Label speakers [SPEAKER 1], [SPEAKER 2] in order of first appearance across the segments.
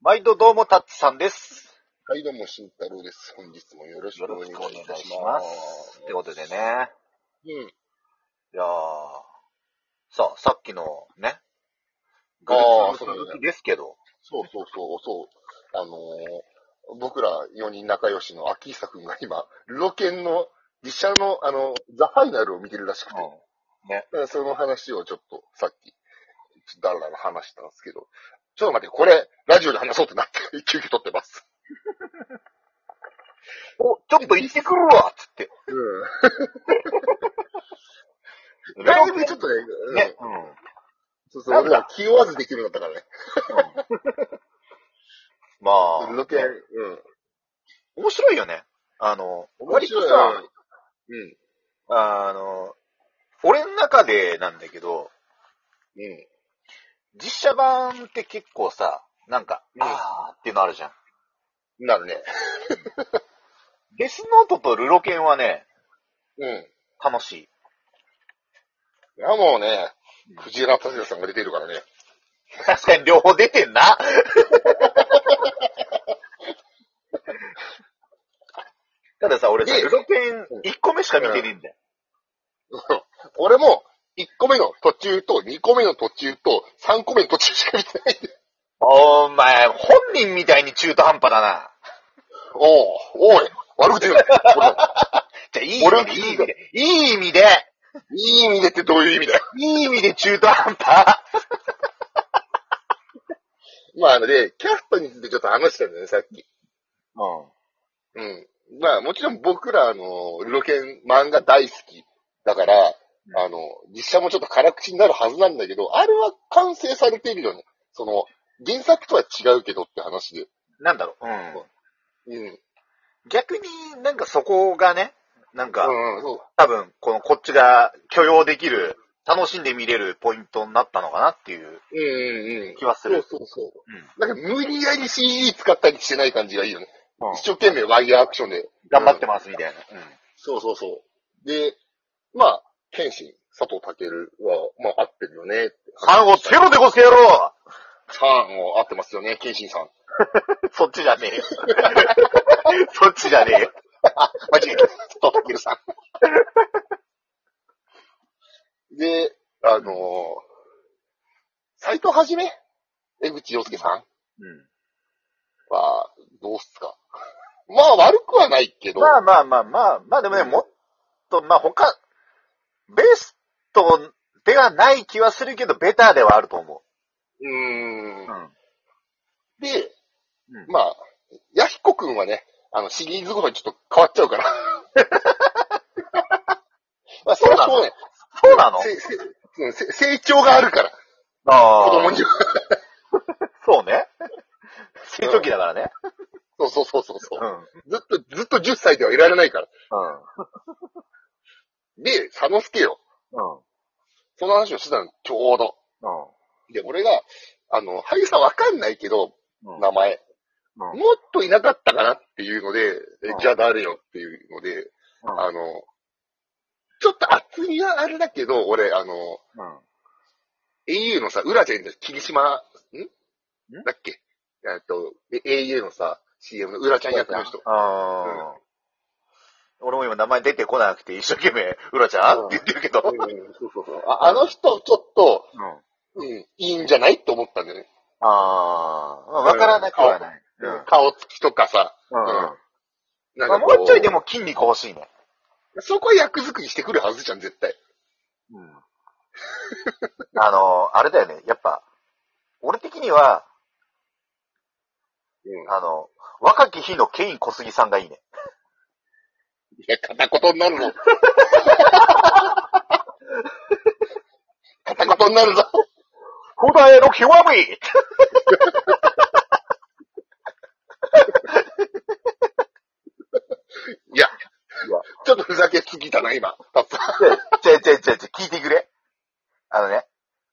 [SPEAKER 1] 毎度どうもタッツさんです。
[SPEAKER 2] はい、どうも、慎太郎です。本日もよろしく
[SPEAKER 1] よ
[SPEAKER 2] お
[SPEAKER 1] ろ
[SPEAKER 2] 願い
[SPEAKER 1] し
[SPEAKER 2] い
[SPEAKER 1] く
[SPEAKER 2] た
[SPEAKER 1] お願いし
[SPEAKER 2] し
[SPEAKER 1] ま
[SPEAKER 2] ます
[SPEAKER 1] す。。ってことでね。
[SPEAKER 2] うん。
[SPEAKER 1] いやー。さあ、さっきのね。グループの続きですけど。
[SPEAKER 2] そうそうそう、そう。あのー僕ら4人仲良しの秋久くんが今、ルロケンの実写の、あの、ザ・ファイナルを見てるらしくて、だからその話をちょっとさっき、ちょっとだらだら話したんですけど、ちょっと待って、これ、ラジオで話そうってなって、急遽撮ってます。
[SPEAKER 1] お、ちょっと行ってくるわっつって。
[SPEAKER 2] う
[SPEAKER 1] ル
[SPEAKER 2] だい
[SPEAKER 1] ロ
[SPEAKER 2] ぶちょっとね、うん、
[SPEAKER 1] ね。うん。
[SPEAKER 2] そうそう、俺ら気負わずできるようになったからね。
[SPEAKER 1] まあ。
[SPEAKER 2] ルロケン、
[SPEAKER 1] ね
[SPEAKER 2] うん。
[SPEAKER 1] 面白いよね。あの、
[SPEAKER 2] 面
[SPEAKER 1] 割
[SPEAKER 2] 白
[SPEAKER 1] と
[SPEAKER 2] い
[SPEAKER 1] さ、
[SPEAKER 2] うん。
[SPEAKER 1] あの、俺の中でなんだけど、
[SPEAKER 2] うん。
[SPEAKER 1] 実写版って結構さ、なんか、
[SPEAKER 2] うん
[SPEAKER 1] あーっていうのあるじゃん。
[SPEAKER 2] なるね。
[SPEAKER 1] デスノートとルロケンはね、
[SPEAKER 2] うん。
[SPEAKER 1] 楽しい。
[SPEAKER 2] いや、もうね、藤原達也さんが出てるからね。
[SPEAKER 1] 確かに両方出てん な。たださ、俺さ、
[SPEAKER 2] で
[SPEAKER 1] ルロケン1個目しか見てねえんだよ。
[SPEAKER 2] 俺も、1個目の途中と、2個目の途中と、3個目の途中しか見てないん で。
[SPEAKER 1] お前、本人みたいに中途半端だな。
[SPEAKER 2] おうおい、悪口言うな。
[SPEAKER 1] じゃあ、いい
[SPEAKER 2] 俺は
[SPEAKER 1] 意味で、いい意味で、
[SPEAKER 2] いい意味でってどういう意味だよ。
[SPEAKER 1] いい意味で中途半端。
[SPEAKER 2] まあ、あので、キャストについてちょっと話したんだよね、さっき。
[SPEAKER 1] う
[SPEAKER 2] うん。まあ、もちろん僕ら、あの、ルロケン漫画大好きだから、あの、実写もちょっと辛口になるはずなんだけど、あれは完成されているよね。その、原作とは違うけどって話で。
[SPEAKER 1] ん。なんだろう、うん。
[SPEAKER 2] うん。
[SPEAKER 1] 逆になんかそこがね、なんか、
[SPEAKER 2] うんうん、そう。
[SPEAKER 1] 多分、このこっちが許容できる、楽しんで見れるポイントになったのかなっていう
[SPEAKER 2] うんうんうん。
[SPEAKER 1] 気はする。
[SPEAKER 2] そうそうそう。
[SPEAKER 1] うん
[SPEAKER 2] なんか無理やり CG 使ったりしてない感じがいいよね。
[SPEAKER 1] うん
[SPEAKER 2] 一生懸命ワイヤーアクションで。
[SPEAKER 1] 頑張ってますみたいな。うん。
[SPEAKER 2] そうそうそう。で、まあ、剣心、佐藤健は、まあ合ってるよねって。
[SPEAKER 1] あの、テロでごせやろ
[SPEAKER 2] さんを合ってますよね、剣心さん。
[SPEAKER 1] そっちじゃねえよ。そっちじゃねえよ。
[SPEAKER 2] あ、間違えた。佐藤健 さん。で、あのー、斎藤はじめ江口洋介さん
[SPEAKER 1] う
[SPEAKER 2] は、どうっすか。まあ悪くはないけど。
[SPEAKER 1] ん。まあまあまあまあ、まあでもね、
[SPEAKER 2] うん
[SPEAKER 1] もっと、まあ他、ベストではない気はするけど、ベターではあると思
[SPEAKER 2] うーん
[SPEAKER 1] う。ん。
[SPEAKER 2] で、
[SPEAKER 1] うん
[SPEAKER 2] まあ、ヤヒコくんはね、あの、シリーズごとにちょっと変わっちゃうから。 まあ、それはしょうがない。
[SPEAKER 1] そうなの
[SPEAKER 2] せせうんせ成長があるから、
[SPEAKER 1] あ
[SPEAKER 2] 子供
[SPEAKER 1] あ。
[SPEAKER 2] には。
[SPEAKER 1] そうね。成長期だからね。
[SPEAKER 2] そうそうそうそう
[SPEAKER 1] う
[SPEAKER 2] そ
[SPEAKER 1] ん。うん。
[SPEAKER 2] う。ずっと、ずっと10歳ではいられないから。で、佐野助よ。
[SPEAKER 1] うん。
[SPEAKER 2] その話をしてたの、ちょうど。で、俺が、あの、俳優さんわかんないけど、
[SPEAKER 1] うん。
[SPEAKER 2] 名前。
[SPEAKER 1] うん
[SPEAKER 2] もっといなかったかなっていうので、え
[SPEAKER 1] うん
[SPEAKER 2] じゃあ誰よっていうので、
[SPEAKER 1] うん
[SPEAKER 2] あの、ちょっと厚みはあれだけど、俺、あの、
[SPEAKER 1] うん。
[SPEAKER 2] au のさ、裏ちゃんじゃ、霧島、ん
[SPEAKER 1] ん
[SPEAKER 2] だっけえっと、え au のさ、CM の裏ちゃん役の人。
[SPEAKER 1] ああ。俺も今名前出てこなくて一生懸命、うらちゃんって言ってるけど。
[SPEAKER 2] うんそうそうそうああの人、ちょっと、
[SPEAKER 1] うん。
[SPEAKER 2] うん、いいんじゃないって思ったんだよね。
[SPEAKER 1] ああ、わからなくはない。うん。
[SPEAKER 2] 顔つきとかさ、
[SPEAKER 1] うん。まあ
[SPEAKER 2] なんか
[SPEAKER 1] も
[SPEAKER 2] こ
[SPEAKER 1] うちょいで。も筋肉欲しいね。
[SPEAKER 2] そこは役作りしてくるはずじゃん、絶対。
[SPEAKER 1] うん。 あの、あれだよね。やっぱ、俺的には、
[SPEAKER 2] うん。
[SPEAKER 1] あの、若き日のケイン小杉さんがいいね。
[SPEAKER 2] いや、片言にな るぞ。片言になるぞ。
[SPEAKER 1] 古代の極み
[SPEAKER 2] いや、ちょっとふざけすぎたな、今。たっぷ
[SPEAKER 1] ちょいちょいちょいちょい、聞いてくれ。あのね、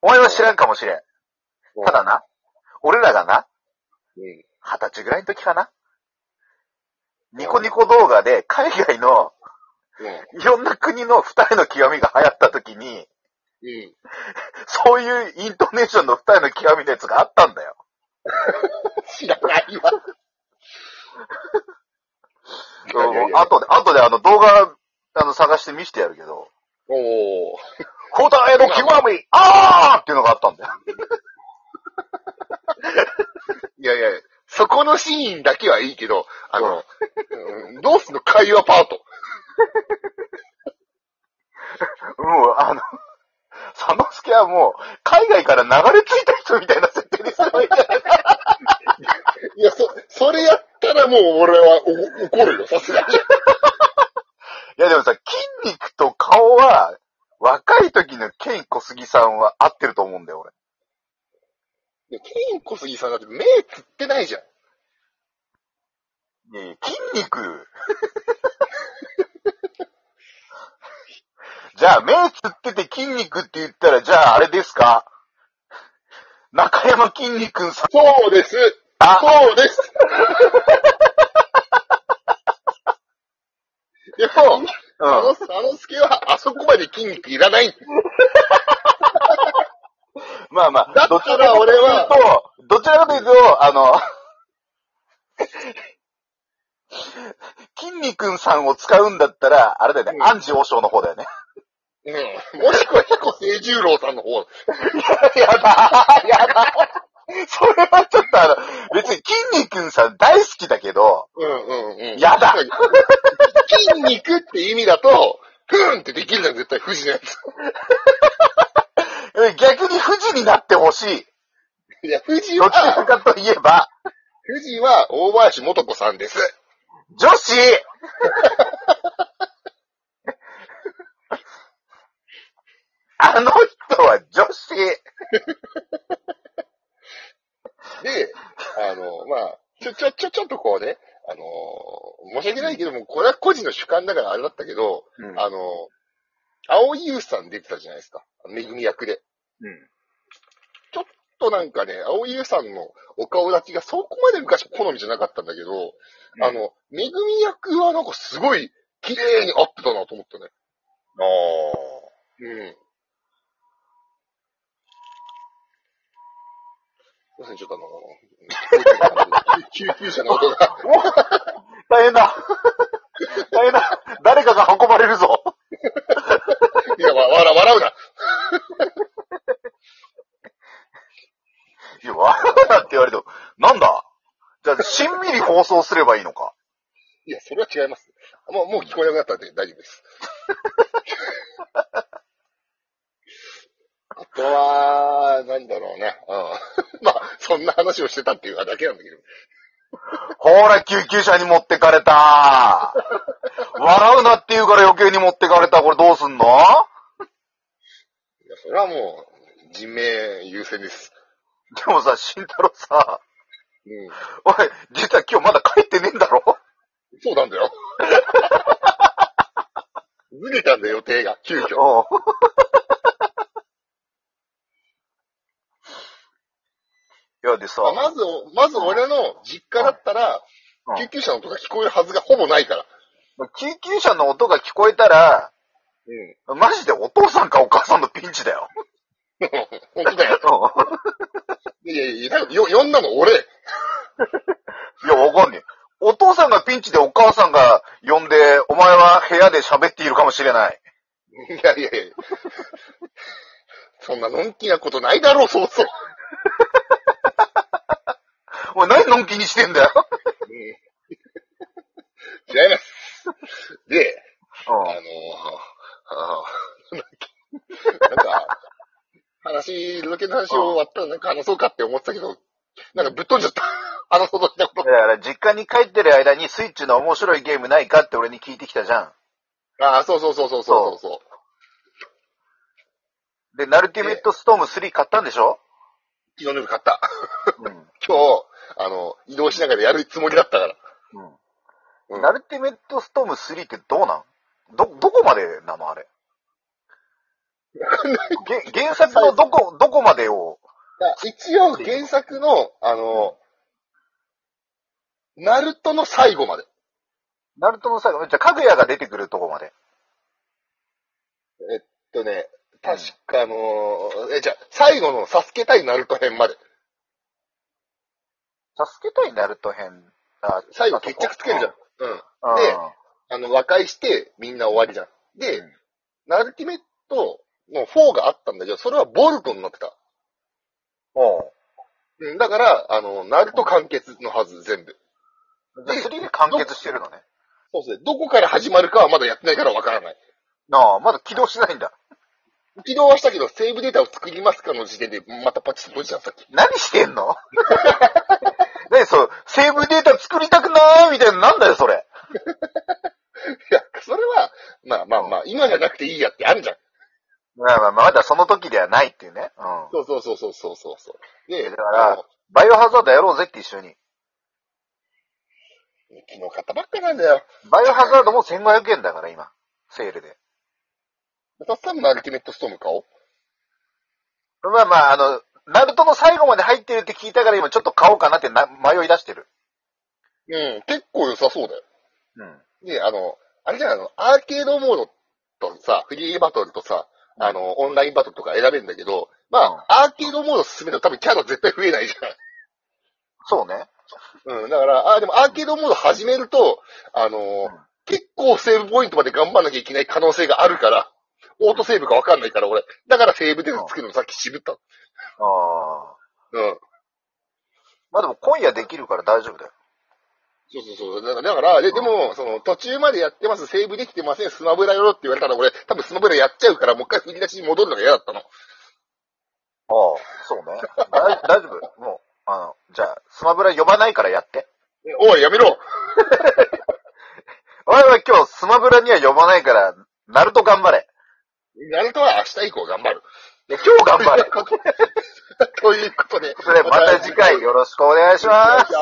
[SPEAKER 1] お前は知らんかもしれん。
[SPEAKER 2] り
[SPEAKER 1] ただな、俺らがな、
[SPEAKER 2] うん。
[SPEAKER 1] 二十歳ぐらいの時かな。ニコニコ動画で海外の
[SPEAKER 2] うん。
[SPEAKER 1] いろんな国の二人の極みが流行った時に、
[SPEAKER 2] うん。
[SPEAKER 1] そういうイントネーションの二人の極みのやつがあったんだよ。
[SPEAKER 2] 知らん。今。いやいや
[SPEAKER 1] あとで、あとであの動画、あの、探して見してやるけど、
[SPEAKER 2] おー。
[SPEAKER 1] 答えの極み、あーっていうのがあったんだよ。
[SPEAKER 2] いやいや、そこのシーンだけはいいけど、あの、うんどうすんの会話パート。
[SPEAKER 1] もう、あの、サノスケはもう、海外から流れ着いた人みたいな設定にすればいいんじゃない
[SPEAKER 2] いや、そ、それやったらもう俺はお怒るよ、さすがに。
[SPEAKER 1] いやでもさ、筋肉と顔は、若い時のケイコスギさんは合ってると思うんだよ、俺。
[SPEAKER 2] ケイン小杉さんだって目つってないじゃん。
[SPEAKER 1] ねえ筋肉 じゃあ、目つってて筋肉って言ったら、じゃああれですか中山筋肉さん。
[SPEAKER 2] そうです。
[SPEAKER 1] あ
[SPEAKER 2] そうです。
[SPEAKER 1] う
[SPEAKER 2] でも、あの、
[SPEAKER 1] ん。
[SPEAKER 2] あの助はあそこまで筋肉いらない。
[SPEAKER 1] まあまあ、
[SPEAKER 2] だ
[SPEAKER 1] ど
[SPEAKER 2] っ
[SPEAKER 1] ち
[SPEAKER 2] た
[SPEAKER 1] らからと
[SPEAKER 2] 俺
[SPEAKER 1] いう
[SPEAKER 2] は
[SPEAKER 1] と、どちらかというと、あの、筋肉さんを使うんだったら、あれだよね、
[SPEAKER 2] うん
[SPEAKER 1] アンジ王将の方だよ ね。
[SPEAKER 2] うん。もしくは彦清十郎さんの方。
[SPEAKER 1] やだやだそれはちょっとあの、別に、筋肉さん大好きだけど、
[SPEAKER 2] うんうんうん。
[SPEAKER 1] やだ
[SPEAKER 2] 筋肉って意味だと、ふーんってできるじゃん、絶対、富士のやつ。
[SPEAKER 1] 逆に富士になってほしい。
[SPEAKER 2] いや、富士
[SPEAKER 1] どちら
[SPEAKER 2] は、
[SPEAKER 1] かといえば、
[SPEAKER 2] 富士は大林素子さんです。
[SPEAKER 1] 女子 あの人は女子
[SPEAKER 2] で、あの、まあ、ちょ、ちょ、ちょ、ちょっとこうね、あのー、申し訳ないけども、これは個人の主観だからあれだったけど、あのー、青井優さん出てたじゃないですか。めぐみ役で。
[SPEAKER 1] うん
[SPEAKER 2] ちょっとなんかね、青井優さんのお顔立ちがそこまで昔好みじゃなかったんだけど、
[SPEAKER 1] うん
[SPEAKER 2] あの、めぐみ役はなんかすごい綺麗にアップだなと思ったね。
[SPEAKER 1] あ
[SPEAKER 2] うん。すいません、ちょっとあの、 救急車の音が。
[SPEAKER 1] 大変だ 大変だ誰かが運ばれるぞ
[SPEAKER 2] いや、わ、わら、笑うな。
[SPEAKER 1] いや、わだって言われても、なんだじゃあ、しんみり放送すればいいのか。
[SPEAKER 2] いや、それは違います。もう、もう聞こえなくなったんで大丈夫です。 あとは、なんだろうね。うん。ま あ、そんな話をしてたっていうだけなんだけど。
[SPEAKER 1] ほら、救急車に持ってかれた。笑うなって言うから余計に持ってかれた。これどうすんの
[SPEAKER 2] いや、それはもう、人命優先です。
[SPEAKER 1] でもさ、慎太郎さ、
[SPEAKER 2] うん。
[SPEAKER 1] おい、実は今日まだ帰ってねえんだろ
[SPEAKER 2] そうなんだよ。ずれたんだよ、予定が。急遽。
[SPEAKER 1] うん。いや、でさ、
[SPEAKER 2] まあまず、まず俺の実家だったら
[SPEAKER 1] うん、
[SPEAKER 2] 救急車の音が聞こえるはずがほぼないから。
[SPEAKER 1] 救急車の音が聞こえたら、
[SPEAKER 2] うん。
[SPEAKER 1] マジでお父さんかお母さんのピンチだよ。
[SPEAKER 2] 本当だよ。
[SPEAKER 1] う
[SPEAKER 2] いやいや、よ、呼んだの俺。
[SPEAKER 1] ん。いや、わかんねえ。お父さんがピンチでお母さんが呼んで、お前は部屋で喋っているかもしれない。
[SPEAKER 2] いやいやいや。そんなのんきなことないだろう、そうそう。
[SPEAKER 1] おい、何のんきにしてんだ よ。
[SPEAKER 2] 違います。で、あの
[SPEAKER 1] う
[SPEAKER 2] ー、あー なんか、話、ロケの話終わったらなんか話そうかって思ってたけど、なんかぶっ飛んじゃった。 話そうとしたこ
[SPEAKER 1] ん。だから、実家に帰ってる間にスイッチの面白いゲームないかって俺に聞いてきたじゃん。
[SPEAKER 2] と。ああ、そうそうそうそうそうそう。
[SPEAKER 1] で、ナルティメットストーム3買ったんでしょ
[SPEAKER 2] 昨日の夜買った。
[SPEAKER 1] うん。
[SPEAKER 2] 今日、あの、移動しながらやるつもりだったから。
[SPEAKER 1] う。
[SPEAKER 2] うんん
[SPEAKER 1] ナルティメットストーム3ってどうなんど、どこまでなのあれ。げ原作のどこ、どこまでを。
[SPEAKER 2] だ一応原作の、あの、ナルトの最後まで。
[SPEAKER 1] ナルトの最後、じゃあ、かぐやが出てくるとこまで。
[SPEAKER 2] えっとね、確かあのーえ、じゃあ最後のサスケ対ナルト編まで。
[SPEAKER 1] 助けたいナルト編。あ
[SPEAKER 2] 最後決着つけるじゃん。うん。
[SPEAKER 1] ん
[SPEAKER 2] であの、和解して、みんな終わりじゃん。で、
[SPEAKER 1] うん
[SPEAKER 2] ナルティメットの4があったんだけど、それはボルトになってた。
[SPEAKER 1] も
[SPEAKER 2] うん、だから、あの、ナルト完結のはず、全部。
[SPEAKER 1] うん。で、それで完結してるのね。
[SPEAKER 2] そうですね。どこから始まるかはまだやってないからわからない。
[SPEAKER 1] ああ、まだ起動しないんだ。
[SPEAKER 2] 起動はしたけど、セーブデータを作りますかの時点で、またパチッと落ちたさっ き。
[SPEAKER 1] 何してんの ねそう、セーブデータ作りたくないみたいな、なんだよ、それ。
[SPEAKER 2] いや、それは、まあまあまあ、今じゃなくていいやってあるじゃん。
[SPEAKER 1] まあまあ、まだその時ではないっていうね。うん。
[SPEAKER 2] そうそうそうそうそうそうそう。で、
[SPEAKER 1] だから
[SPEAKER 2] あの
[SPEAKER 1] バイオハザードやろうぜって一緒に。
[SPEAKER 2] 昨日買ったばっかなんだよ。
[SPEAKER 1] バイオハザードも1500円だから、今。セールで。
[SPEAKER 2] たくさんのアルティメットストーム買おう。
[SPEAKER 1] まあまあ、あの、ナルトの最後まで入ってるって聞いたから今ちょっと買おうかなってな迷い出してる。
[SPEAKER 2] うん、結構良さそうだよ。
[SPEAKER 1] うん。
[SPEAKER 2] で、あの、あれじゃない、あの、アーケードモードとさ、フリーバトルとさ、あの、オンラインバトルとか選べるんだけど、まあ、アーケードモード進めると多分キャラ絶対増えないじ
[SPEAKER 1] そうね。
[SPEAKER 2] ゃん。うん、だ から、あ、でもアーケードモード始めると、あの、
[SPEAKER 1] ん
[SPEAKER 2] 結構セーブポイントまで頑張んなきゃいけない可能性があるから、オートセーブかわかんないから、俺。だからセーブデータ作るのさっき渋ったの。
[SPEAKER 1] ああ。
[SPEAKER 2] うん。
[SPEAKER 1] まあでも今夜できるから大丈夫だよ。
[SPEAKER 2] そうそうそう。だから、だからででも、その、途中までやってます、セーブできてません、スマブラやろうって言われたら、俺、多分スマブラやっちゃうから、もう一回振り出しに戻るのが嫌だったの。
[SPEAKER 1] ああ、そうね。だい大丈夫。もう、あの、じゃあ、スマブラ呼ばないからやって。
[SPEAKER 2] えおい、やめろ
[SPEAKER 1] おいおい、今日スマブラには呼ばないから、ナルト頑張れ。
[SPEAKER 2] ナルトは明日以降頑張る。
[SPEAKER 1] いや今日頑張れ。
[SPEAKER 2] ということで。
[SPEAKER 1] それまた次回よろしくお願いします。